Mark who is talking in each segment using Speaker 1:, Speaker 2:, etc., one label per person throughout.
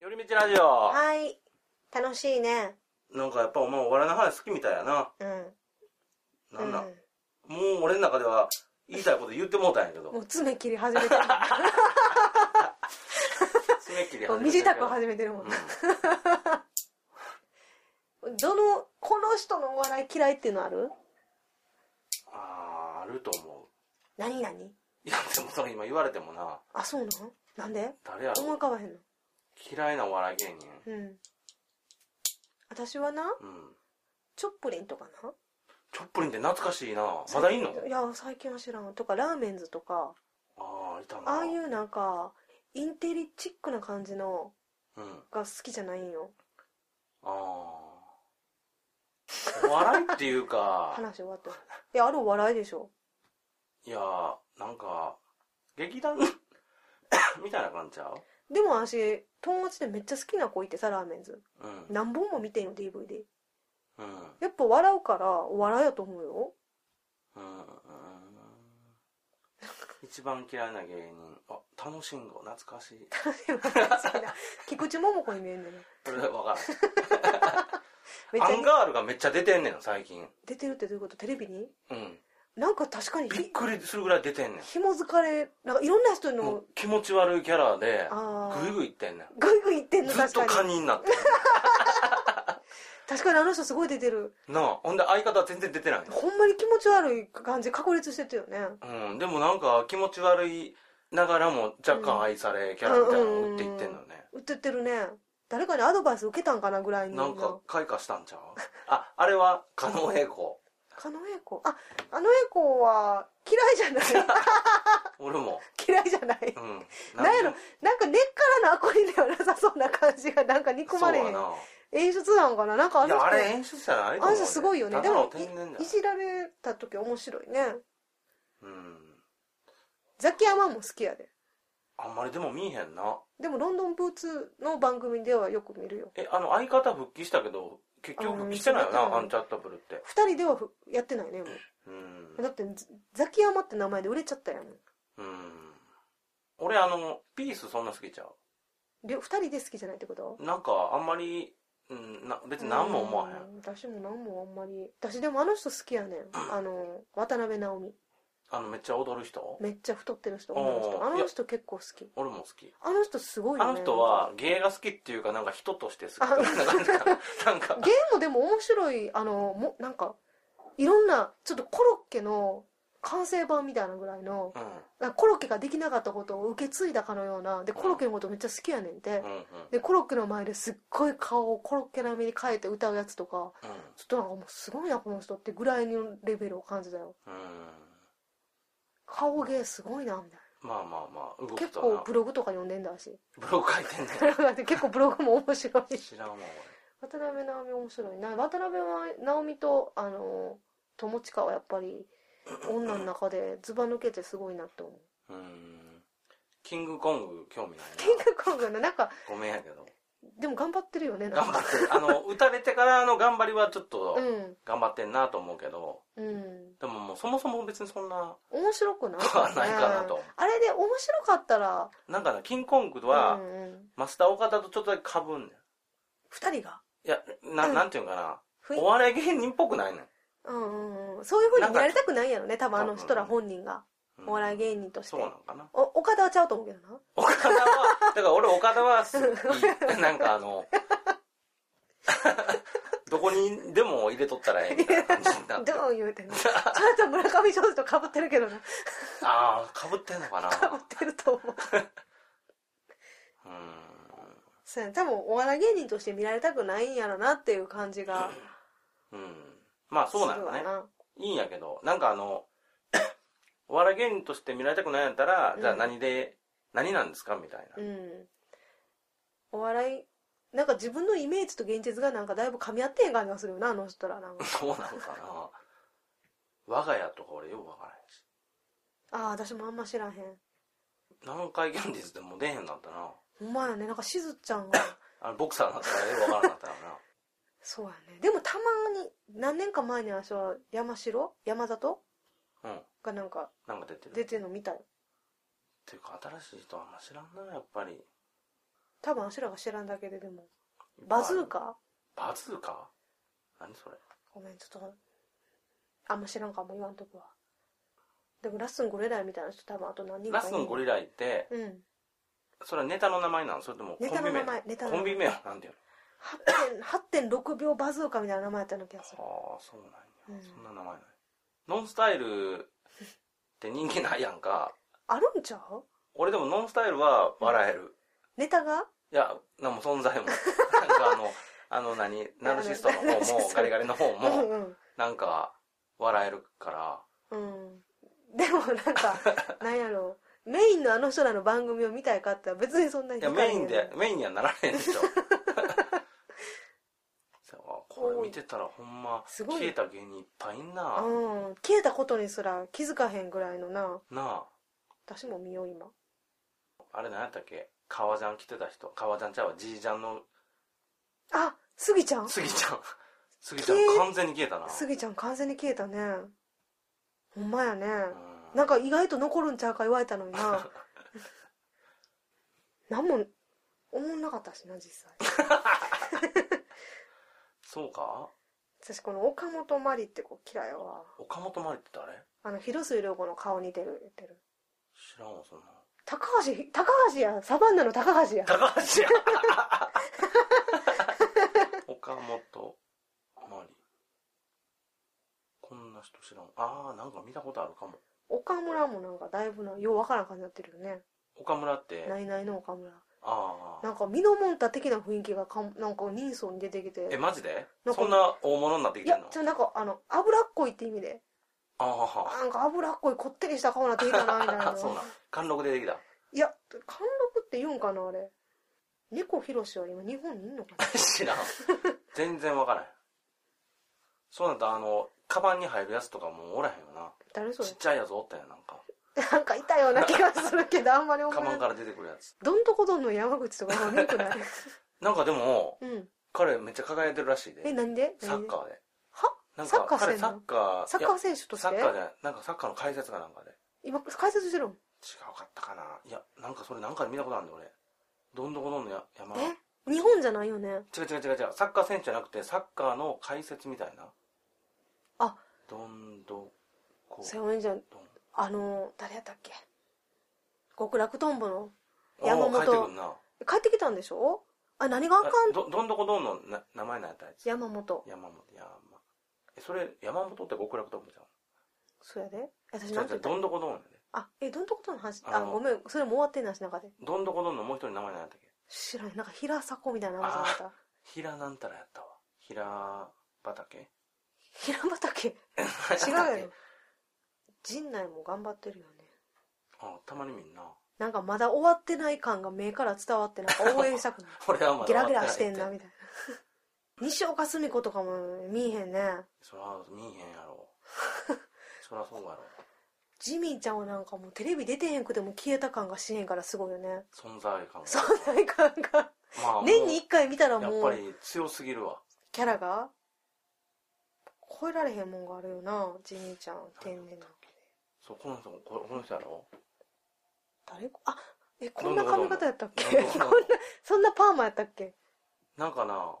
Speaker 1: 道ラジオ
Speaker 2: はい楽しいね
Speaker 1: なんかやっぱお前お笑いの話好きみたいやな
Speaker 2: うん
Speaker 1: なんなん、
Speaker 2: うん
Speaker 1: もう俺の中では言いたいこと言ってもうたんやけど
Speaker 2: もう爪切り 始めてる
Speaker 1: 爪切り
Speaker 2: も
Speaker 1: 始
Speaker 2: ん
Speaker 1: め
Speaker 2: 身
Speaker 1: て
Speaker 2: 支
Speaker 1: るけ
Speaker 2: 度
Speaker 1: ど
Speaker 2: を始めてるもん、
Speaker 1: うん
Speaker 2: どのこの人のお笑い嫌いっていうのある
Speaker 1: あーあると思
Speaker 2: 何何
Speaker 1: ういやでもそれ今言われてもな
Speaker 2: あそうなんなんで
Speaker 1: 誰や
Speaker 2: 思い
Speaker 1: ろ
Speaker 2: 浮かばへんの
Speaker 1: 嫌いなお笑い芸人
Speaker 2: うん私はな
Speaker 1: うん
Speaker 2: チョップリンとかな
Speaker 1: チョップリンって懐かしいなまだいんの
Speaker 2: いや最近は知らんとかラーメンズとか
Speaker 1: ああいたな
Speaker 2: ああいうなんかインテリチックな感じの
Speaker 1: うん
Speaker 2: が好きじゃないんよ
Speaker 1: ああーお笑いっていうか
Speaker 2: 話終わったいやあるお笑いでしょ
Speaker 1: いやーなんか劇団 みたいな感じちゃう
Speaker 2: でも私友達でめっちゃ好きな子いてさラーメンズ
Speaker 1: うん
Speaker 2: 何本も見てんの DVD
Speaker 1: うんうん
Speaker 2: やっぱ笑うからお笑いやと思う よ
Speaker 1: うんうん一番嫌いな芸人あ楽しんご懐かしい
Speaker 2: 菊池桃子に見えんねんな
Speaker 1: これ分からん
Speaker 2: めっ
Speaker 1: ア
Speaker 2: ち
Speaker 1: ン
Speaker 2: ゃ
Speaker 1: ガールがめっちゃ出てんねん最近
Speaker 2: 出てるってどういうことテレビに
Speaker 1: うん
Speaker 2: なんか確かに
Speaker 1: び
Speaker 2: ひ
Speaker 1: っくりするぐらい出てんねん
Speaker 2: 紐づかれなんかいろんな人
Speaker 1: も
Speaker 2: の
Speaker 1: う気持ち悪いキャラで
Speaker 2: あー
Speaker 1: グイグイいってんねん
Speaker 2: グイグイ言ってんの
Speaker 1: ずっ
Speaker 2: 確
Speaker 1: と
Speaker 2: か
Speaker 1: カ
Speaker 2: に
Speaker 1: ニになって
Speaker 2: 確かにあの人すごい出てる
Speaker 1: んなあほんで相方は全然出てない
Speaker 2: ほんまに気持ち悪い感じ確立してたよね
Speaker 1: のうんでもなんか気持ち悪いながらも若干愛されキャラみたいなのを売っていってんのよね
Speaker 2: 売ってってるね誰かにアドバイス受けたんかなぐらいに
Speaker 1: なんか開花したんちゃうああれは加納英子
Speaker 2: 狩野英孝ああの英孝は嫌いじ ゃない
Speaker 1: 俺も
Speaker 2: 嫌いじゃない
Speaker 1: うん
Speaker 2: なんやろなんか根っからのアコギではなさそうな感じがなんか憎まれへ
Speaker 1: そ
Speaker 2: ん
Speaker 1: うやな
Speaker 2: 演出なんかななんかあ
Speaker 1: い
Speaker 2: の人
Speaker 1: やあれ演出じゃないと思
Speaker 2: あの
Speaker 1: う
Speaker 2: 人すごいよね
Speaker 1: た
Speaker 2: で
Speaker 1: だの
Speaker 2: も
Speaker 1: 天然だ
Speaker 2: いい
Speaker 1: よ
Speaker 2: じられた時面白いね
Speaker 1: うん
Speaker 2: ザキヤマンも好きやで
Speaker 1: あんまりでも見えへんな
Speaker 2: でもロンドンブーツの番組ではよく見るよ
Speaker 1: えあの相方復帰したけど結局復帰してないよ
Speaker 2: うん
Speaker 1: なアンチャッタブルって
Speaker 2: 二人ではふやってないねもう
Speaker 1: うん
Speaker 2: だってザザキヤマって名前で売れちゃったやもん
Speaker 1: うん俺あのピースそんな好きちゃ
Speaker 2: 両二人で好きじゃないってこと
Speaker 1: うなんかあんまり、うん、な別に何も思わへん
Speaker 2: う私も何もあんまり私でもあの人好きやねんあの渡辺直美
Speaker 1: あのめっちゃ踊る人
Speaker 2: めっちゃ太ってる人
Speaker 1: おー
Speaker 2: 女の人あ
Speaker 1: い
Speaker 2: の
Speaker 1: や
Speaker 2: 人結構好き
Speaker 1: 俺も好き
Speaker 2: あの人すごい
Speaker 1: あ
Speaker 2: よね
Speaker 1: の人は芸が好きっていうかなんか人として好きみたいな感じかななん か
Speaker 2: ゲームでも面白いあのもなんかいろんなちょっとコロッケの完成版みたいなぐらいの
Speaker 1: う
Speaker 2: なんかコロッケができなかったことを受け継いだかのようなでコロッケのことめっちゃ好きやねんて
Speaker 1: んうんうん
Speaker 2: でコロッケの前ですっごい顔をコロッケ並みに変えて歌うやつとかちょっとなんかもうすごいなこの人ってぐらいのレベルを感じたよ
Speaker 1: うんうん
Speaker 2: 顔芸すごいなみたい
Speaker 1: まあまあまあ動
Speaker 2: な
Speaker 1: く
Speaker 2: 結
Speaker 1: と
Speaker 2: 構
Speaker 1: な
Speaker 2: ブログとか読んでんだし
Speaker 1: ブログ書いてんね
Speaker 2: 結構ブログも面白い
Speaker 1: ん知らんわ俺
Speaker 2: 渡辺直美面白いな渡辺は直美とあの友近はやっぱり女の中でずば抜けてすごい なと思う
Speaker 1: うーんキングコング興味ない
Speaker 2: キン
Speaker 1: な
Speaker 2: グコングのなんか
Speaker 1: ごめんやけど
Speaker 2: でも頑張ってるよねな
Speaker 1: 頑張
Speaker 2: んか
Speaker 1: ってるあの打たれてからの頑張りはちょっと
Speaker 2: うん
Speaker 1: 頑張ってんなと思うけど
Speaker 2: うん
Speaker 1: でももうそもそも別にそんな
Speaker 2: 面白くない
Speaker 1: 変わらないかなと
Speaker 2: あれで面白かったら
Speaker 1: なんかなキングコング
Speaker 2: う
Speaker 1: は
Speaker 2: んうん、
Speaker 1: マスター岡田とちょっとだけかぶんねん
Speaker 2: 2人が
Speaker 1: いやななんていうんかな
Speaker 2: ふい
Speaker 1: お笑い芸人っぽくないねん
Speaker 2: うんうんうん、そういうふうに見られたくないんやろね多分あの人ら本人が
Speaker 1: うん
Speaker 2: お笑い芸人として
Speaker 1: そうなのかな
Speaker 2: お岡田はちゃうと思うけどな
Speaker 1: 岡田はだから俺岡田はすいいなんかあ のどこにでも入れとったらええみたいな感じになって
Speaker 2: ドーン言うてんのちょっと村上上司とかぶってるけどな
Speaker 1: ああかぶってんのかな
Speaker 2: かぶってると思う
Speaker 1: うーん
Speaker 2: そうやね多分お笑い芸人として見られたくないんやろなっていう感じが
Speaker 1: うんまあ
Speaker 2: す
Speaker 1: そ
Speaker 2: る
Speaker 1: うなんだ
Speaker 2: わ
Speaker 1: ね
Speaker 2: ない
Speaker 1: いんやけどなんかあの お笑い芸人として見られたくないんやったら、じゃあ何で何なんですかみたいな、
Speaker 2: うんお笑いなんか自分のイメージと現実がなんかだいぶ噛み合ってへん感じがするよなあの人らな んか
Speaker 1: そうなのかな我が家とか俺よくわからへんし
Speaker 2: ああ私もあんま知らへん
Speaker 1: 南海現実でも出へんなったな
Speaker 2: ほんまやねなんかしずちゃん が
Speaker 1: あのボクサーになったからよくわからなかったよ
Speaker 2: そうやねでもたまに何年か前に私は山城山里
Speaker 1: なうん
Speaker 2: がなんか
Speaker 1: なんか出てる
Speaker 2: 出てるの見たよ
Speaker 1: っていうか新しい人はあんま知らんなやっぱり
Speaker 2: 多分あしらが知らんだけででもバズーカ
Speaker 1: バズーカ何それ
Speaker 2: ごめんちょっとあんま知らんからもう言わんとくわでもラッスンゴレライみたいな人多分あと何人か
Speaker 1: ラスのゴリ
Speaker 2: ラ
Speaker 1: ライって
Speaker 2: うん
Speaker 1: それはネタの名前なのそれともコ
Speaker 2: ネタ
Speaker 1: ンビ名
Speaker 2: の名
Speaker 1: なの
Speaker 2: 前ネタの名
Speaker 1: コン
Speaker 2: 前
Speaker 1: ビ名は何だよ
Speaker 2: 8.- 8.6秒バズーカみたいな名前やったような気がする
Speaker 1: はあそうなんや、
Speaker 2: うん
Speaker 1: そんな名前ないノンスタイルって人気ないやんか
Speaker 2: あるんちゃう
Speaker 1: 俺でもノンスタイルは笑える、
Speaker 2: ネタが
Speaker 1: いやなんも存在 もなんかあのあの何ナルシストの
Speaker 2: ナルシ
Speaker 1: 方も
Speaker 2: スト
Speaker 1: ガリガリの方
Speaker 2: う
Speaker 1: も
Speaker 2: ん
Speaker 1: なんか笑えるから
Speaker 2: うんうんでもなん かなんやろうメインのあの人らの番組を見たいかって言ったら別にそんない
Speaker 1: いやメインでメインにはならへんでし ょそうこれ見てたらほんます
Speaker 2: ごい
Speaker 1: 消えた芸人いっぱいいんな、
Speaker 2: うん消えたことにすら気づかへんぐらいのな
Speaker 1: な
Speaker 2: 私も見よう今
Speaker 1: ああれ何やったっけ革ジャン着てた人革ジャンちゃうわじいジャンの
Speaker 2: あスギちゃん
Speaker 1: スギ ちゃんスギちゃん
Speaker 2: 消え
Speaker 1: 完全に消えたな
Speaker 2: スギちゃん完全に消えたねほんまやね
Speaker 1: うん
Speaker 2: なんか意外と残るんちゃうか言われたの にな何も思んなかったしな実際
Speaker 1: そうか
Speaker 2: 私この岡本真理って子嫌いやわ
Speaker 1: 岡本真理って誰
Speaker 2: あの広末涼子の顔似てる言ってる
Speaker 1: 知らんわそんな
Speaker 2: 高橋高橋やサバンナの 高橋や
Speaker 1: 高橋や岡本真理こんな人知らんああなんか見たことあるかも
Speaker 2: 岡村もなんかだいぶなようわからん感じになってるよね
Speaker 1: 岡村って
Speaker 2: ないないの岡村
Speaker 1: あ
Speaker 2: な
Speaker 1: あ
Speaker 2: んかミノモンタ的な雰囲気がかんなんか人相に出てきて
Speaker 1: えマジで
Speaker 2: なんか
Speaker 1: そんな大物になってき
Speaker 2: い
Speaker 1: てん
Speaker 2: や
Speaker 1: の
Speaker 2: じゃあなんかあの脂っこいって意味で
Speaker 1: ああ
Speaker 2: なんか脂っこいこってりした顔なってきたなみたい な
Speaker 1: そうなん貫禄出てきた
Speaker 2: いや貫禄って言うんかなあれ猫ひろしは今日本にいんのかな
Speaker 1: 知らん全然わからへんそうなんだあのカバンに入るやつとかもうおらへんよな
Speaker 2: 誰それ
Speaker 1: ちっちゃいやつおったやんなんか
Speaker 2: なんかいたような気がするけどあんまり思
Speaker 1: カ
Speaker 2: い
Speaker 1: バ
Speaker 2: 出
Speaker 1: ンから出てくるやつ
Speaker 2: どんとこどんの山口とか今見ん くない
Speaker 1: なんかでも
Speaker 2: うん
Speaker 1: 彼めっちゃ輝いてるらしい
Speaker 2: え
Speaker 1: で
Speaker 2: なんで
Speaker 1: サッカ
Speaker 2: ー
Speaker 1: ーで
Speaker 2: は
Speaker 1: なん
Speaker 2: サッカ
Speaker 1: か
Speaker 2: ーし
Speaker 1: 彼
Speaker 2: てんの
Speaker 1: サッカー
Speaker 2: サッカー選手と
Speaker 1: と
Speaker 2: し
Speaker 1: サ
Speaker 2: て
Speaker 1: ッカーじゃないなんかサッカーの解説かなんかで
Speaker 2: 今解説してるん
Speaker 1: 違うかったかないやなんかそれなんかで見たことあるんだ俺どんどこどんのや山
Speaker 2: え日本じゃないよね
Speaker 1: 違う違う違う違うサッカー選手じゃなくてサッカーの解説みたいな
Speaker 2: あ
Speaker 1: どんどこ
Speaker 2: セオンじゃん
Speaker 1: どん
Speaker 2: あの誰やったっけ極楽とんぼの
Speaker 1: おー
Speaker 2: 山本
Speaker 1: 帰ってくるな
Speaker 2: 帰ってきたんでしょあ何があかん
Speaker 1: えどどんどこどんのな名前なんやったやつ
Speaker 2: 山本
Speaker 1: 山本山えそれ山本って極楽とんぼじゃ
Speaker 2: そやで私なん
Speaker 1: ん
Speaker 2: て
Speaker 1: 違う違う
Speaker 2: 言った
Speaker 1: どんどこどんやで
Speaker 2: あえどんとことの話
Speaker 1: あ
Speaker 2: あ
Speaker 1: の
Speaker 2: ごめんそれも終わってんなし中で
Speaker 1: どんどこどんのもう一人の名前なんやったっけ
Speaker 2: 知らんなんか平迫みたいな名前じゃなかった
Speaker 1: 平なんたらやったわ平 畑
Speaker 2: 平畑違うやろ陣内も頑張ってるよね
Speaker 1: あたまにみんな
Speaker 2: なんかまだ終わってない感が目から伝わってなんか応援したくなる
Speaker 1: 俺は まだ
Speaker 2: ゲラゲラしてん
Speaker 1: 終わ
Speaker 2: な
Speaker 1: っていって
Speaker 2: みたいな 西岡澄子とかも見えへんね
Speaker 1: そら見えへんや ろそらそうやろ
Speaker 2: ジミーちゃんはなんかもうテレビ出てへんくても消えた感がしへんからすごいよね
Speaker 1: 存在感が
Speaker 2: 存在感が
Speaker 1: まあ
Speaker 2: 年に1回見たら
Speaker 1: やっ
Speaker 2: も
Speaker 1: ぱ
Speaker 2: う
Speaker 1: り強すぎるわ
Speaker 2: キャラが超えられへんもんがあるよなジミーちゃん天然な
Speaker 1: そうこの人ここの人や ろ
Speaker 2: 誰こあえこんな髪型やったっけ
Speaker 1: どんどんどん
Speaker 2: こんなそんなパーマやったっけ
Speaker 1: なんかな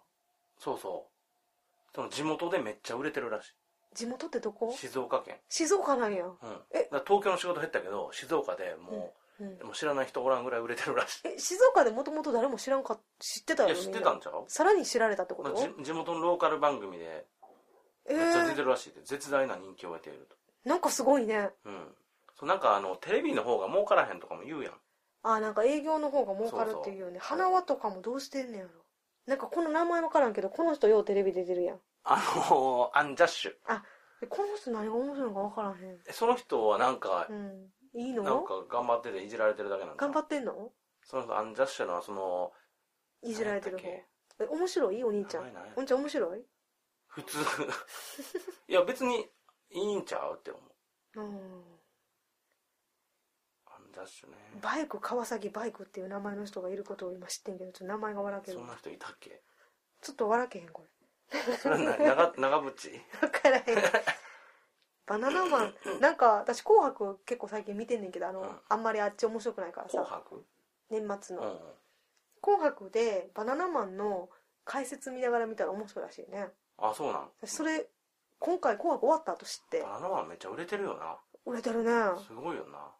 Speaker 1: そうそうその地元でめっちゃ売れてるらし
Speaker 2: 地元ってど
Speaker 1: い
Speaker 2: こ
Speaker 1: 静岡県
Speaker 2: 静岡なんや、
Speaker 1: うんだ
Speaker 2: え
Speaker 1: から東京の仕事減ったけど静岡でも
Speaker 2: うん
Speaker 1: う,、もう知らない人おらんぐらい売れてるらしい
Speaker 2: え静岡でもともと誰も知らんか知ってた
Speaker 1: い
Speaker 2: よ
Speaker 1: や知ってた
Speaker 2: み
Speaker 1: んちゃ
Speaker 2: な
Speaker 1: う
Speaker 2: さらに知られたってこ
Speaker 1: まあ
Speaker 2: と
Speaker 1: じ地元のローカル番組で
Speaker 2: え
Speaker 1: めっちゃ出
Speaker 2: ー
Speaker 1: てるらしいで、絶大な人気を得ている
Speaker 2: なんかすごいね
Speaker 1: とうんそうなんかあのテレビの方が儲からへんとかも言うやん
Speaker 2: あなんか営業の方が儲かるっていうよね花輪とかもどうしてんねやろなんかこの名前分からんけどこの人ようテレビ出てるやん
Speaker 1: あのーアンジャッシュ
Speaker 2: えこの人何が面白いのか分からへ
Speaker 1: えその人はなんか、
Speaker 2: んうんいいの
Speaker 1: なんか頑張ってていじられてるだけなんだ
Speaker 2: 頑張ってんの
Speaker 1: その人アンジャッシュのその
Speaker 2: いじられてる方
Speaker 1: 何やったっ
Speaker 2: え面白いお兄ちゃん
Speaker 1: 名前何や
Speaker 2: お兄ちゃん面白い
Speaker 1: 普通いや別にいいんちゃうって思う
Speaker 2: うん
Speaker 1: アンジャッシュね
Speaker 2: バイク川崎バイクっていう名前の人がいることを今知ってんけどちょっと名前が笑ける
Speaker 1: そんな人いたっけ
Speaker 2: ちょっと笑けへんこれ
Speaker 1: それはな長長渕
Speaker 2: 分からへんバナナマンなんか私「紅白」結構最近見てんねんけどあの、
Speaker 1: うん
Speaker 2: あんまりあっち面白くないから
Speaker 1: 紅
Speaker 2: さ
Speaker 1: 白
Speaker 2: 年末
Speaker 1: う
Speaker 2: の、
Speaker 1: んうん
Speaker 2: 紅白でバナナマンの解説見ながら見たら面白いらしいね
Speaker 1: あそうなん
Speaker 2: 私それ今回紅白終わった後知って
Speaker 1: バナナマンめっちゃ売れてるよな
Speaker 2: 売れてるね
Speaker 1: すごいよな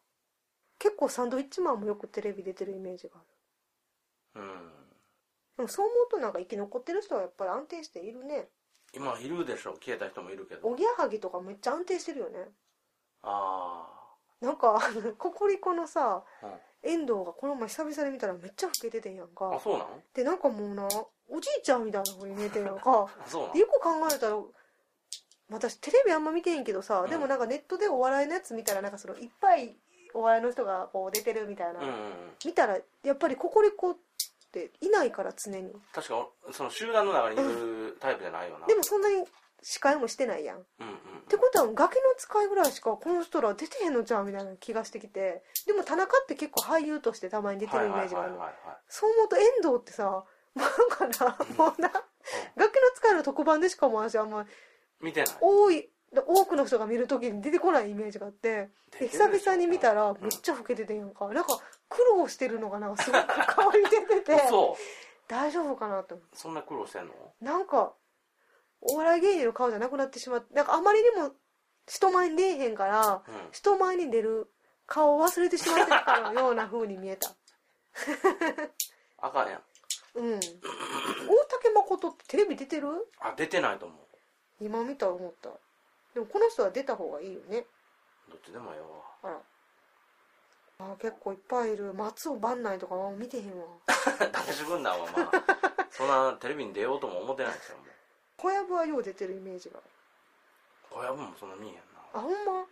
Speaker 2: 結構サンドウィッチマンもよくテレビ出てるイメージがあ
Speaker 1: う
Speaker 2: る
Speaker 1: ん
Speaker 2: でもそう思うとなんか生き残ってる人はやっぱり安定しているね
Speaker 1: 今いるでしょ消えた人もいるけど
Speaker 2: おぎやはぎとかめっちゃ安定してるよね
Speaker 1: あ
Speaker 2: な んかあのココリコのさ
Speaker 1: あ、うん
Speaker 2: 遠藤がこの前久々に見たらめっちゃ老けててんや
Speaker 1: あ
Speaker 2: んか
Speaker 1: そうなの
Speaker 2: でなんかもうなおじいちゃんみたいな風に見えてんやんか
Speaker 1: あそうな
Speaker 2: でよく考えたら私テレビあんま見てへんけどさ、
Speaker 1: うん
Speaker 2: でもなんかネットでお笑いのやつ見たらなんかそのいっぱいお笑いの人がこう出てるみたいな、
Speaker 1: のうんうんうん
Speaker 2: 見たらやっぱりココリコっていないから常に
Speaker 1: 確かその集団の中にいるタイプじゃないよな
Speaker 2: でもそんなに司会もしてないやんっ
Speaker 1: うんうん
Speaker 2: てことはガキの使いぐらいしかこの人ら出てへんのじゃんみたいな気がしてきてでも田中って結構俳優としてたまに出てるイメージがあるの
Speaker 1: はいはいはいはい
Speaker 2: そう思うと遠藤ってさもうなんかなもうなガキの使いの特番でしかも私あんま
Speaker 1: 見てない
Speaker 2: 多い多くの人が見るときに出てこないイメージがあってで久々に見たらめっちゃ老けててんやんかなんか苦労してるのがなんかすごく顔に出て て
Speaker 1: そ
Speaker 2: 大丈夫かなと思
Speaker 1: うそんな苦労してんの
Speaker 2: うなんかお笑い芸人の顔じゃなくなってしまってなんかあまりにも人前に出えへんから
Speaker 1: うん
Speaker 2: 人前に出る顔を忘れてしまってたかのような風に見えた
Speaker 1: あかんやん
Speaker 2: うん大竹誠ってテレビ出てる
Speaker 1: あ出てないと思う
Speaker 2: 今見たら思ったでもこの人は出た方がいいよね
Speaker 1: どっちでもよ
Speaker 2: あらあ結構いっぱいいる松尾番内とかは見てへんわ
Speaker 1: 大丈夫んだわ まあそんなテレビに出ようとも思ってないですよもう
Speaker 2: 小籔はよう出てるイメージが
Speaker 1: 小籔もそんな見えへんな
Speaker 2: あほんま
Speaker 1: うん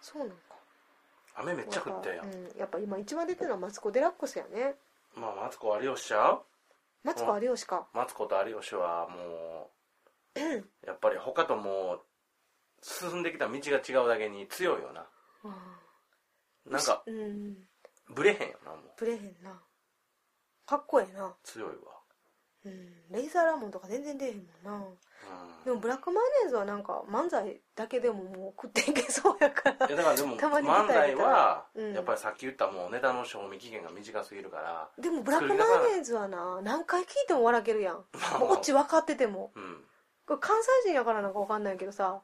Speaker 2: そうなんか
Speaker 1: 雨めっちゃ降ってやん
Speaker 2: うん、やっぱ今一番出てるのはマツコ・デラックスやね
Speaker 1: まあマツコ有吉ちゃう
Speaker 2: マツコ有吉か
Speaker 1: マツコと有吉はもうやっぱり他ともう進んできた道が違うだけに強いよな
Speaker 2: あー
Speaker 1: なんか
Speaker 2: うん
Speaker 1: ブレへんよなもう
Speaker 2: ぶれへんなかっこええな
Speaker 1: 強いわ
Speaker 2: うんレイザーラモンとか全然出えへんもんな
Speaker 1: う
Speaker 2: でもブラックマヨネーズはなんか漫才だけでももう食っていけそうやから
Speaker 1: んいやだからでも
Speaker 2: たまに
Speaker 1: 漫
Speaker 2: 舞台出たら
Speaker 1: 才は
Speaker 2: うん
Speaker 1: やっぱりさっき言ったもうネタの賞味期限が短すぎる から
Speaker 2: でもブラックマヨネーズはな何回聞いても笑けるやん
Speaker 1: まあ
Speaker 2: もうオチ分かってても
Speaker 1: うん
Speaker 2: これ関西人やからなんか分かんないけどさ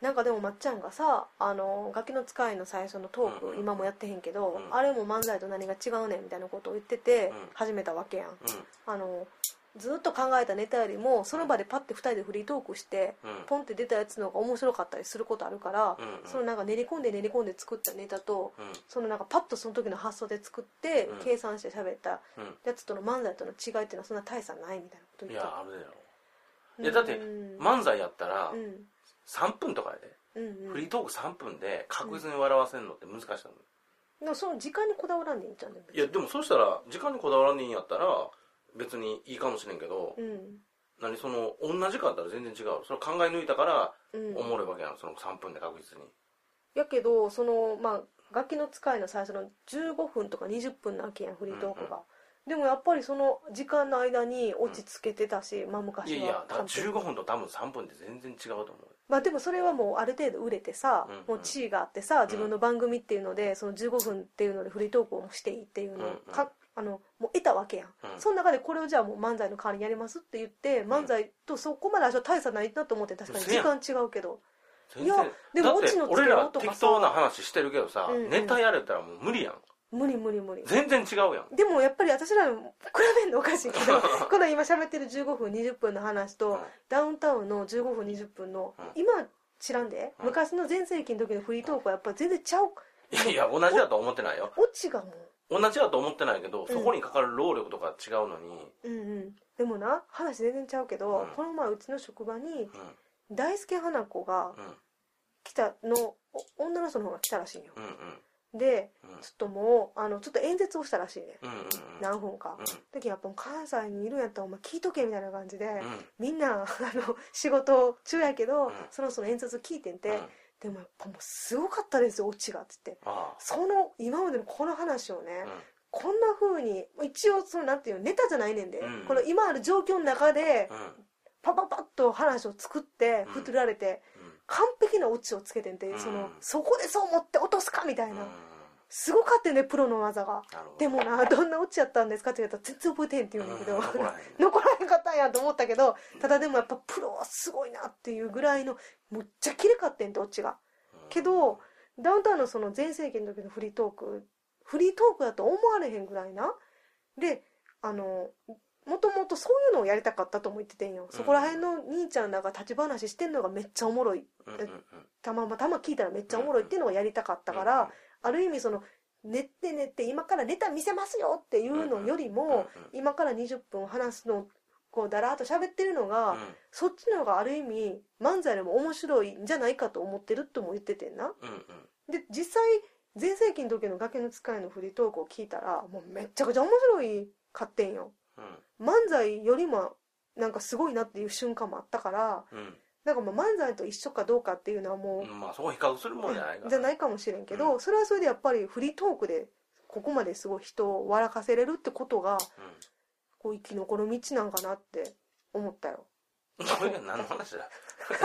Speaker 2: なんかでもまっちゃんがさ「あのガキの使い」の最初のトーク、
Speaker 1: うんうん
Speaker 2: 今もやってへんけど、
Speaker 1: うん
Speaker 2: あれも漫才と何が違うねんみたいなことを言ってて
Speaker 1: うん
Speaker 2: 始めたわけやん
Speaker 1: う
Speaker 2: あのずっと考えたネタよりもその場でパッて2人でフリートークして
Speaker 1: んうん
Speaker 2: ポンって出たやつの方が面白かったりすることあるから、
Speaker 1: うんうん
Speaker 2: そのなんか練り込んで練り込んで作ったネタと
Speaker 1: うん
Speaker 2: そのなんかパッとその時の発想で作って、
Speaker 1: うん
Speaker 2: 計算して喋った
Speaker 1: うん
Speaker 2: やつとの漫才との違いっていうのはそんな大差ないみたいなこと
Speaker 1: い
Speaker 2: 言って
Speaker 1: やあるだろいや
Speaker 2: うん
Speaker 1: だって
Speaker 2: うん
Speaker 1: 漫才やったら
Speaker 2: うん
Speaker 1: 3分とかやで
Speaker 2: うんう
Speaker 1: フリー
Speaker 2: ん
Speaker 1: トーク3分で確実に笑わせるのって難しいと思
Speaker 2: でもその時間にこだわらんでいいんじゃうんね
Speaker 1: ういやでもそうしたら時間にこだわらんでいいんやったら別にいいかもしれんけど
Speaker 2: うん
Speaker 1: 何その同じかったら全然違うそれ考え抜いたから
Speaker 2: うん
Speaker 1: おもろいわけやんその3分で確実に
Speaker 2: やけどそのまあ楽器の使いの最初の15分とか20分なわけやんフリートークが、でもやっぱりその時間の間に落ち着けてたし、まあ
Speaker 1: い
Speaker 2: 昔
Speaker 1: や
Speaker 2: はい
Speaker 1: やだから
Speaker 2: 完璧
Speaker 1: 15分と多分3分って全然違うと思う
Speaker 2: まあでもそれはもうある程度売れてさ、
Speaker 1: うんうん
Speaker 2: もう地位があってさ自分の番組っていうのでその15分っていうのでフリートークをしていいっていうのをか、
Speaker 1: うん
Speaker 2: あのもう得たわけやん、
Speaker 1: うん
Speaker 2: その中でこれをじゃあもう漫才の代わりにやりますって言って漫才とそこまで私は大差ないなと思って確かに時間違うけど
Speaker 1: 全
Speaker 2: いや
Speaker 1: 然
Speaker 2: でも
Speaker 1: だって
Speaker 2: オチのつけ
Speaker 1: 俺ら
Speaker 2: ようとかさ
Speaker 1: 適当な話してるけどさ、
Speaker 2: うんうん
Speaker 1: ネタやれたらもう無理やん
Speaker 2: 無理無理無理
Speaker 1: 全然違うやん
Speaker 2: でもやっぱり私らも比べるのおかしいけ どこの今喋ってる15分20分の話と、
Speaker 1: うん
Speaker 2: ダウンタウンの15分20分の、
Speaker 1: うん
Speaker 2: 今知らんで、
Speaker 1: うん
Speaker 2: 昔の全盛期の時のフリートークはやっぱ全然ちゃう
Speaker 1: いやいや同じだとは思ってないよ
Speaker 2: オチがも
Speaker 1: 同じだと思ってないけど
Speaker 2: ん
Speaker 1: そこにかかる労力とか違うのに
Speaker 2: ううんうんでもな話全然ちゃうけど、
Speaker 1: うん
Speaker 2: この前うちの職場に
Speaker 1: うん
Speaker 2: 大輔花子が
Speaker 1: うん
Speaker 2: 来たのお女の人の方が来たらしいんよ
Speaker 1: うんうん
Speaker 2: で
Speaker 1: うん
Speaker 2: ちょっともうあのちょっと演説をしたらしいね
Speaker 1: うんうん
Speaker 2: 何分か
Speaker 1: うん
Speaker 2: 時やっぱもう関西にいるんやったらお前聞いとけみたいな感じで、
Speaker 1: うん
Speaker 2: みんな あの仕事中やけど、
Speaker 1: うん
Speaker 2: そろそろ演説聞いてんて、
Speaker 1: うん
Speaker 2: でもやっぱもうすごかったですよオチがっつって
Speaker 1: あ
Speaker 2: その今までのこの話をね、
Speaker 1: あ
Speaker 2: こんな風に一応そのなんていうのネタじゃないねんで、
Speaker 1: うん
Speaker 2: この今ある状況の中で
Speaker 1: うんうん
Speaker 2: パパパッと話を作って
Speaker 1: うん
Speaker 2: 振ってられて、
Speaker 1: う
Speaker 2: 完璧なオチをつけてんて、
Speaker 1: うん
Speaker 2: そのそこでそう思って落とすかみたい
Speaker 1: ん
Speaker 2: な、
Speaker 1: うん
Speaker 2: すごかったよねプロの技が
Speaker 1: なるほど
Speaker 2: でもなどんなオチやったんですかって言ったら全然覚えてへんって
Speaker 1: う
Speaker 2: 言
Speaker 1: ん
Speaker 2: うん
Speaker 1: 残
Speaker 2: だけど
Speaker 1: らへん
Speaker 2: 残らへんかったんやと思ったけどただでもやっぱプロはすごいなっていうぐらいのむっちゃ綺麗かってんってオチが
Speaker 1: うん
Speaker 2: けどダウンタウンのその全盛期の時のフリートークフリートークだと思われへんぐらいなであのもともとそういうのをやりたかったとも言っててんよ、そこら辺の兄ちゃんらが立ち話してんのがめっちゃおもろい
Speaker 1: うんうんうん
Speaker 2: たまたま聞いたらめっちゃおもろいっていうのをやりたかったから、ある意味その寝て寝て今からネタ見せますよっていうのよりも、
Speaker 1: うんうん
Speaker 2: 今から20分話すのこうだらーっと喋ってるのが、
Speaker 1: うん
Speaker 2: そっちの方がある意味漫才でも面白いんじゃないかと思ってるとも言っててんな。
Speaker 1: うんうん
Speaker 2: で実際全盛期の時の崖の使いのフリートークを聞いたらもうめっちゃくちゃ面白いかってんよ。漫才よりもなんかすごいなっていう瞬間もあったから
Speaker 1: うんうん
Speaker 2: なんかまあ漫才と一緒かどうかっていうのはもう、
Speaker 1: うんまあそこ比較するもんじゃないから
Speaker 2: じゃないかもしれんけど、それはそれでやっぱりフリートークでここまですごい人を笑かせれるってことがこう生き残る道なんかなって思ったよ
Speaker 1: うんそれが何の話だ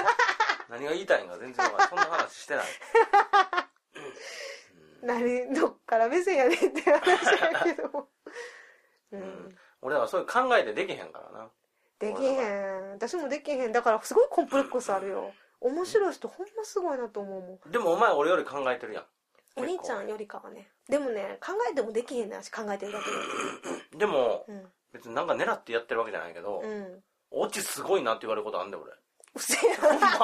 Speaker 1: 何が言いたいのか全然わからんそんな話してないうん
Speaker 2: 何どっから目線やねんって話だけどもうん、
Speaker 1: うん俺はそういう考えてできへんからな
Speaker 2: できへん私もできへんだからすごいコンプレックスあるよ面白い人ほんますごいなと思うもん
Speaker 1: でもお前俺より考えてるやん
Speaker 2: お兄ちゃんよりかはねでもね考えてもできへんね私考えてるだ
Speaker 1: でも
Speaker 2: けで
Speaker 1: 別になんか狙ってやってるわけじゃないけど、
Speaker 2: うんうん
Speaker 1: オチすごいなって言われることあんで俺
Speaker 2: うせえなでそれは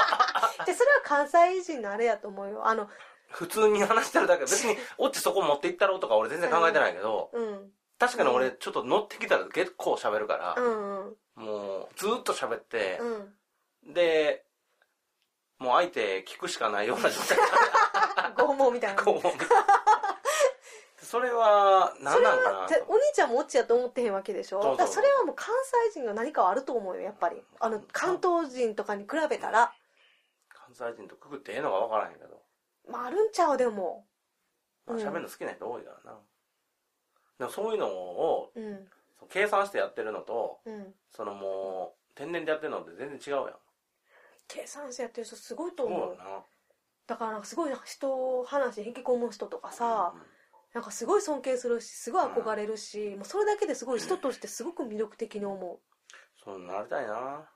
Speaker 2: 関西人のあれやと思うよあの
Speaker 1: 普通に話してるだけ別にオチそこ持っていったろうとか俺全然考えてないけど、
Speaker 2: うん
Speaker 1: 確かに俺ちょっと乗ってきたら結構喋るから
Speaker 2: う、んうん
Speaker 1: もうずーっと喋って、
Speaker 2: うん
Speaker 1: でもう相手聞くしかないような状態か
Speaker 2: 拷問みたいな
Speaker 1: ら
Speaker 2: それ
Speaker 1: こう それは何なんか
Speaker 2: は
Speaker 1: な
Speaker 2: てお兄ちゃんもオチやと思ってへんわけでしょ
Speaker 1: そうそう
Speaker 2: だからそれはもう関西人が何かはあると思うよやっぱりあの関東人とかに比べたら、
Speaker 1: 関西人とくくってええのか分からへんけど、
Speaker 2: まあ、あるんちゃうでも
Speaker 1: まあ、
Speaker 2: うん
Speaker 1: 喋るの好きな人多いからな、でもそういうのを
Speaker 2: うん
Speaker 1: そう計算してやってるのと
Speaker 2: うん
Speaker 1: そのもう天然でやってるのって全然違うやん
Speaker 2: 計算してやってる人すごいと
Speaker 1: そう
Speaker 2: 思
Speaker 1: よ
Speaker 2: う、
Speaker 1: な
Speaker 2: だからなんかすごい人を話に引き込む人とかさ、なんかすごい尊敬するしすごい憧れるし、もうそれだけですごい人としてすごく魅力的に思
Speaker 1: そうなりたいな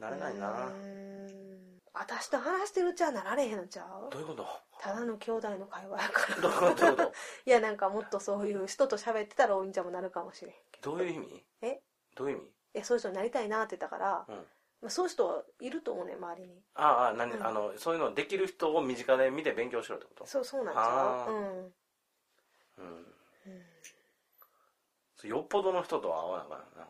Speaker 2: う
Speaker 1: なれないうな
Speaker 2: ーん私と話してるうちはなられへんのちゃう
Speaker 1: どういうこと
Speaker 2: ただの兄弟の会話やから
Speaker 1: どういうことどういうこ
Speaker 2: いやなんかもっとそういう人と喋ってたらお兄ちゃんもなるかもしれんけ
Speaker 1: とどういう意味
Speaker 2: え
Speaker 1: どういう意味
Speaker 2: どいやそういう人になりたいなって言ったから、
Speaker 1: うん
Speaker 2: まあ、そういう人いると思うね周りに
Speaker 1: ああ何、
Speaker 2: うん
Speaker 1: あのそういうのできる人を身近で見て勉強しろってこと
Speaker 2: そうそうなんち
Speaker 1: あー
Speaker 2: ゃううん
Speaker 1: うん
Speaker 2: うん
Speaker 1: それよっぽどの人とは合わなあかんよな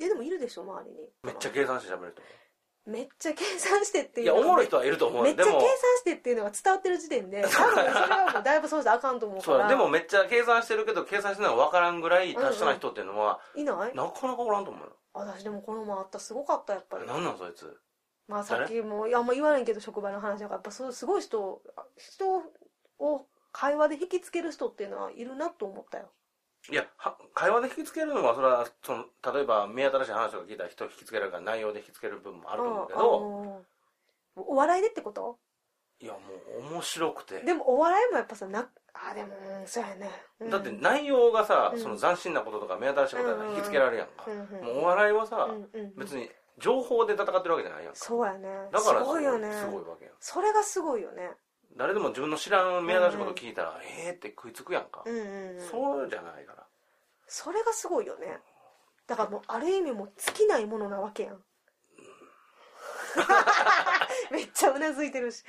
Speaker 1: い
Speaker 2: やでもいるでしょ周りに
Speaker 1: めっちゃ計算して喋る人
Speaker 2: めっちゃ計算してって
Speaker 1: い
Speaker 2: いう
Speaker 1: や
Speaker 2: の
Speaker 1: お
Speaker 2: が
Speaker 1: もろい人はいると思う
Speaker 2: めっ
Speaker 1: よ
Speaker 2: ち
Speaker 1: で
Speaker 2: ゃ計算
Speaker 1: も
Speaker 2: してっていうのが伝わってる時 点で多分それはもうだいぶそうじゃあかんと思うか
Speaker 1: そう
Speaker 2: ら
Speaker 1: やでもめっちゃ計算してるけど計算してないの分からんぐらい達者な人っていうのは、
Speaker 2: いない
Speaker 1: なかなかおらんと思うよ
Speaker 2: 私でもこの前あったすごかったやっぱり
Speaker 1: なんなんそいつ
Speaker 2: まあさっきもいやあんま言わないけど職場の話だからやっぱそうすごい人あ人を会話で引きつける人っていうのはいるなと思ったよ
Speaker 1: いやは会話で引きつけるのはそれはその例えば目新しい話を聞いたら人を引きつけられるから内容で引きつける部分もあると思うけど、
Speaker 2: うんあのお笑いでってこと
Speaker 1: いやもう面白くて
Speaker 2: でもお笑いもやっぱさなあでもうんそうやね、うん
Speaker 1: だって内容がさ、
Speaker 2: うん
Speaker 1: その斬新なこととか目新しいことが引きつけられるやんか
Speaker 2: う、んうん
Speaker 1: もうお笑いはさ、
Speaker 2: うんうんうん
Speaker 1: 別に情報で戦ってるわけじゃないやんか
Speaker 2: そうやね
Speaker 1: だから
Speaker 2: すごいよね
Speaker 1: すごいわけやん
Speaker 2: それがすごいよね
Speaker 1: 誰でも自分の知らん目新しいこと聞いたら、ええーって食いつくやんか、
Speaker 2: うんうんうん
Speaker 1: そうじゃないから
Speaker 2: それがすごいよねだからもうある意味もう尽きないものなわけ やんめっちゃうなずいてるし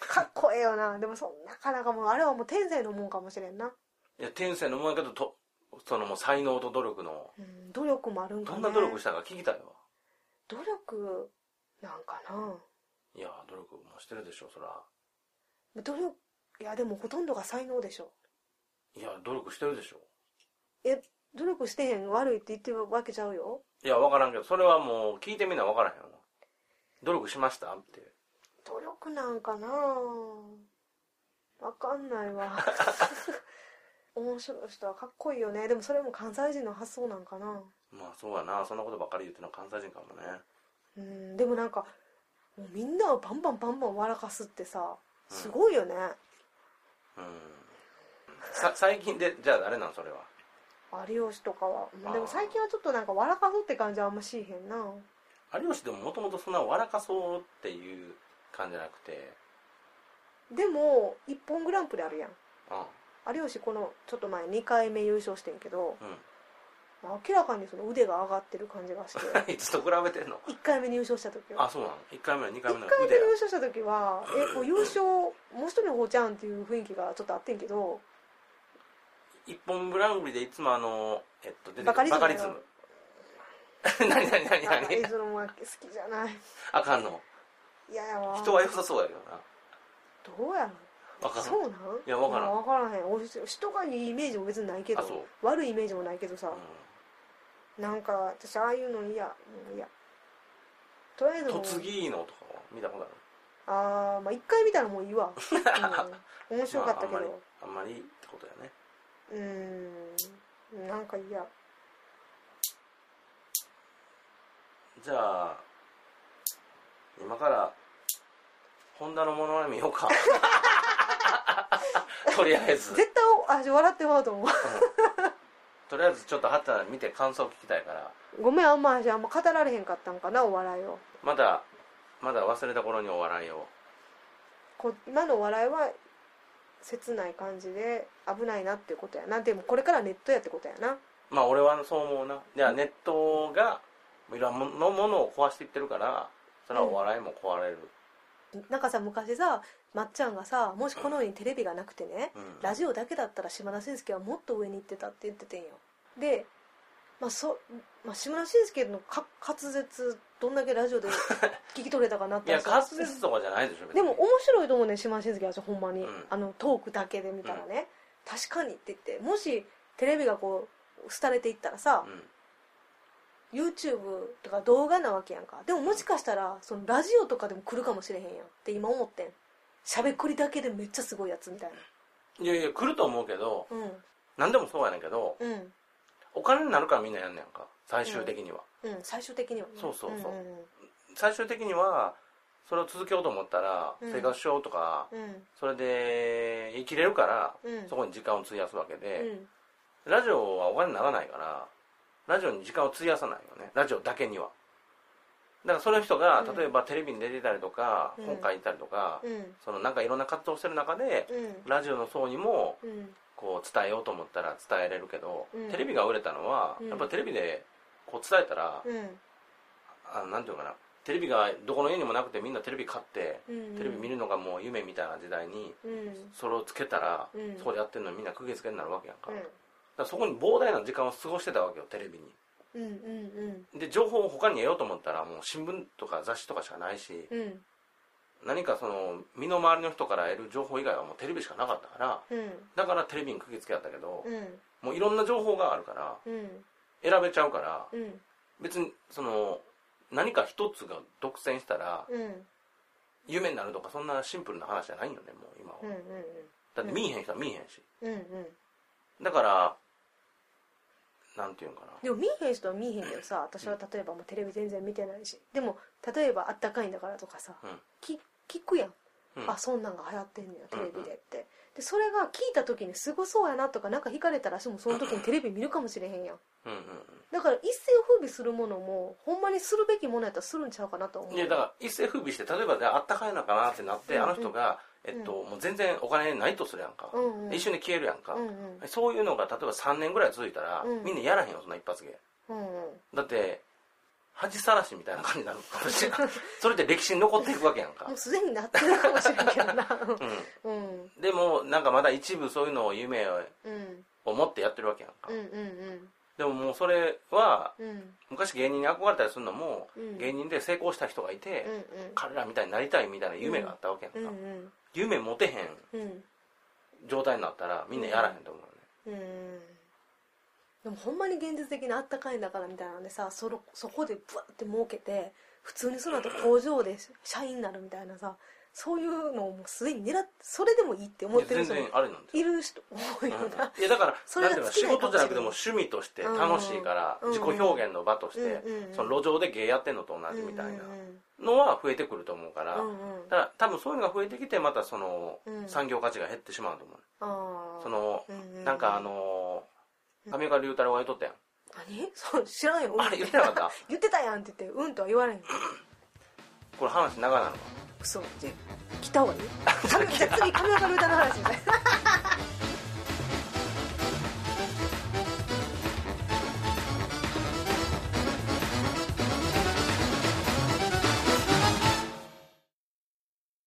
Speaker 2: かっこええよなでもそんなかなかもうあれはもう天性のもんかもしれんな、
Speaker 1: いや天性のもんやけどとそのもう才能と努力の
Speaker 2: うん、努力もあるんか
Speaker 1: どん
Speaker 2: ね
Speaker 1: な努力したか聞きたいわ、
Speaker 2: 努力なんかない
Speaker 1: や努力もしてるでしょそら
Speaker 2: 努力いやでもほとんどが才能でしょ
Speaker 1: いや努力してるでしょ
Speaker 2: 努力してへん悪いって言ってるわけちゃうよ
Speaker 1: いや分からんけどそれはもう聞いてみな分からへんわ努力しましたって
Speaker 2: 努力なんかなわかんない わ面白い人はかっこいいよねでもそれも関西人の発想なんかな
Speaker 1: まあそうやなそんなことばっかり言ってるのは関西人かもね
Speaker 2: うんでもなんかもうみんなをバンバンバンバン笑かすってさすごいよね、
Speaker 1: うんさ最近でじゃあ誰なんそれは
Speaker 2: 有吉とかは
Speaker 1: あー
Speaker 2: でも最近はちょっとなんか笑かそうって感じはあんましいへんな
Speaker 1: 有吉でももともとそんな笑かそうっていう感じじゃなくて
Speaker 2: でも「一本グランプリ」あるやん
Speaker 1: う
Speaker 2: 有吉このちょっと前2回目優勝してんけど
Speaker 1: んうん
Speaker 2: 明らかにその腕が上がってる感じが して
Speaker 1: いつと比べてんの
Speaker 2: 1回目に優勝した時は
Speaker 1: あそうなの1回目の2
Speaker 2: 1
Speaker 1: 回目の
Speaker 2: 回目
Speaker 1: 腕
Speaker 2: 優
Speaker 1: や
Speaker 2: 勝した時は えこう優勝もう一人の方ちゃうんっていう雰囲気がちょっとあってんけど
Speaker 1: 一本グランプリでいつもあのえっと出てくる
Speaker 2: バカリズ
Speaker 1: バ
Speaker 2: ム
Speaker 1: カリズム 何何何
Speaker 2: あえ
Speaker 1: 何
Speaker 2: そのまあ好きじゃない
Speaker 1: あかんの
Speaker 2: 嫌やわ
Speaker 1: 人は良さそうやけどな
Speaker 2: どうや
Speaker 1: わか
Speaker 2: ろ
Speaker 1: ん
Speaker 2: そうなん
Speaker 1: いやわからん
Speaker 2: 分からへんお人がいいイメージも別にないけ
Speaker 1: あそう
Speaker 2: ど悪いイメージもないけどさ
Speaker 1: う、
Speaker 2: なんか私ああいうの嫌もう嫌とりあえず
Speaker 1: ん
Speaker 2: もう
Speaker 1: 嫁ぎのとかは見たことある
Speaker 2: あーまあ1回見たらもういい わ、うん面白かったけ
Speaker 1: まあ
Speaker 2: ど、
Speaker 1: あんまりってことだよね
Speaker 2: うーんなんか嫌
Speaker 1: じゃあ今からホンダのものまね見よう かとりあえず
Speaker 2: 絶対おあ笑ってまうと思う
Speaker 1: とりあえずちょっとハタ見て感想聞きたいから
Speaker 2: ごめんあんま私あんま語られへんかったんかなお笑いを
Speaker 1: まだまだ忘れた頃にお笑いを
Speaker 2: こ今のお笑いは切ない感じで危ないなっていうことやなでもこれからネットやってことやな
Speaker 1: まあ俺はそう思うなじゃあネットがいろんなものを壊していってるからそれはお笑いも壊れる、
Speaker 2: なんかさ昔さまっちゃんがさもしこの世にテレビがなくてね
Speaker 1: うん
Speaker 2: ラジオだけだったら島田紳介はもっと上に行ってたって言っててんよで、まあそまあ、島田紳介のか滑舌どんだけラジオで聞き取れたかなっ
Speaker 1: い
Speaker 2: て
Speaker 1: や滑舌とかじゃないでしょ別に
Speaker 2: でも面白いと思うね島田紳介はほんまに、
Speaker 1: うん
Speaker 2: あのトークだけで見たらね、確かにって言ってもしテレビがこう廃れていったらさ、YouTube とか動画なわけやんかでももしかしたらそのラジオとかでも来るかもしれへんやんって今思ってんしゃべくりだけでめっちゃすごいやつみたい
Speaker 1: うん、いやいや来ると思うけど
Speaker 2: な
Speaker 1: 何でもそうやねんけど
Speaker 2: うんうん
Speaker 1: お金になるからみんなやんねやんか最終的には、
Speaker 2: うん最終的にはね
Speaker 1: そうそうそうん
Speaker 2: ん
Speaker 1: 最終的にはそれを続けようと思ったら
Speaker 2: うん
Speaker 1: 生活しようとか、
Speaker 2: うん
Speaker 1: それで生きれるから
Speaker 2: うん
Speaker 1: そこに時間を費やすわけ
Speaker 2: う
Speaker 1: で、
Speaker 2: ん
Speaker 1: ラジオはお金にならないからラジオに時間を費やさないよねラジオだけにはだからその人が
Speaker 2: うん
Speaker 1: 例えばテレビに出てたりとか、
Speaker 2: うん
Speaker 1: 本書いたりとか、
Speaker 2: うん
Speaker 1: そのなんかいろんな活動してる中で
Speaker 2: うん
Speaker 1: ラジオの層にも
Speaker 2: うん
Speaker 1: こう伝えようと思ったら伝えれるけど、
Speaker 2: うん
Speaker 1: テレビが売れたのは、
Speaker 2: うん
Speaker 1: やっぱテレビでこう伝えたら、
Speaker 2: うん
Speaker 1: あなんていうのかなテレビがどこの家にもなくてみんなテレビ買って、
Speaker 2: うん
Speaker 1: テレビ見るのがもう夢みたいな時代に
Speaker 2: うんうん
Speaker 1: それをつけたら、
Speaker 2: うん
Speaker 1: そこでやってるのみんな釘付けになるわけやんか,、だからそこに膨大な時間を過ごしてたわけよテレビに
Speaker 2: うんうんうん
Speaker 1: で情報を他に得ようと思ったらもう新聞とか雑誌とかしかないし、
Speaker 2: うん
Speaker 1: 何かその身の回りの人から得る情報以外はもうテレビしかなかったから
Speaker 2: うん
Speaker 1: だからテレビに釘付けやったけど、
Speaker 2: うん
Speaker 1: もういろんな情報があるから
Speaker 2: うん
Speaker 1: 選べちゃうから
Speaker 2: うん
Speaker 1: 別にその何か一つが独占したら
Speaker 2: うん
Speaker 1: 夢になるとかそんなシンプルな話じゃないよねもう今は、
Speaker 2: うんうん
Speaker 1: だって見えへん人は見えへんし
Speaker 2: うんうん
Speaker 1: だからなんていうんかな
Speaker 2: でも見えへん人は見えへんけどさ私は例えばもうテレビ全然見てないしでも例えば「あったかいんだから」とかさ、
Speaker 1: うん
Speaker 2: き聞くやん、
Speaker 1: うん
Speaker 2: あそんなんが流行ってんねやテレビ
Speaker 1: うんう
Speaker 2: でって、でそれが聞いた時にすごそうやなとかなんか惹かれたらしもその時にテレビ見るかもしれへんやん
Speaker 1: うんうん
Speaker 2: だから一世を風靡するものもほんまにするべきものやったらするんちゃうかなと思
Speaker 1: う
Speaker 2: うん
Speaker 1: いやだから一世風靡して例えばねあったかいのかなってなって、
Speaker 2: うんうん
Speaker 1: あの人が、えっともう全然お金ないとするやんか、
Speaker 2: うんうん
Speaker 1: 一瞬で消えるやんか、
Speaker 2: うんうん
Speaker 1: そういうのが例えば3年ぐらい続いたら、
Speaker 2: うん
Speaker 1: みんなやらへんよそんな一発芸
Speaker 2: うんうん
Speaker 1: だって恥さらしみたいな感じになるかもし れないそれって歴史に残っていくわけやんか
Speaker 2: もう、すでになってるかもしれんけどな
Speaker 1: う
Speaker 2: うん
Speaker 1: ん、でもなんかまだ一部そういうのを夢
Speaker 2: うん
Speaker 1: を持ってやってるわけやんか、
Speaker 2: うんうん
Speaker 1: でももうそれは
Speaker 2: うんうん
Speaker 1: 昔芸人に憧れたりするのも、
Speaker 2: うん
Speaker 1: 芸人で成功した人がいて、
Speaker 2: うん
Speaker 1: 彼らみたいになりたいみたいな夢があったわけやんか、
Speaker 2: うんうん
Speaker 1: 夢持てへん
Speaker 2: うん
Speaker 1: 状態になったらみんなやらへんと思うよね、
Speaker 2: うーんでもほんまに現実的なあったかいんだからみたいなのでさそろそこでブワって儲けて普通にその後工場で社員になるみたいなさそういうのをもうすでに狙ってそれでもいいって思って
Speaker 1: 全
Speaker 2: る人も
Speaker 1: 然あれなんですよ
Speaker 2: いる人多いよ
Speaker 1: うん
Speaker 2: な、
Speaker 1: いやだから
Speaker 2: そ
Speaker 1: な
Speaker 2: れ
Speaker 1: ん
Speaker 2: が
Speaker 1: ていうの
Speaker 2: 尽
Speaker 1: 仕
Speaker 2: きな
Speaker 1: 事
Speaker 2: いかもしれない
Speaker 1: じゃなくても趣味として楽しいから
Speaker 2: うん
Speaker 1: 自己表現の場として、
Speaker 2: うんうんうん
Speaker 1: その路上で芸やってんのと同じみたいな
Speaker 2: うん
Speaker 1: のは増えてくると思うから、
Speaker 2: うんうん
Speaker 1: だから多分そういうのが増えてきてまたその
Speaker 2: うん
Speaker 1: 産業価値が減ってしまうと思う、
Speaker 2: あー
Speaker 1: その
Speaker 2: うう
Speaker 1: なんかあのー、上川龍太郎が言っとったやん、
Speaker 2: 何そう知らんよ
Speaker 1: あれ言ってなかった
Speaker 2: 言ってたやんって言ってうんとは言われへん
Speaker 1: これ話長なのか
Speaker 2: 嘘じゃあ来た方がいいじゃあ次神岡龍太の話みたいな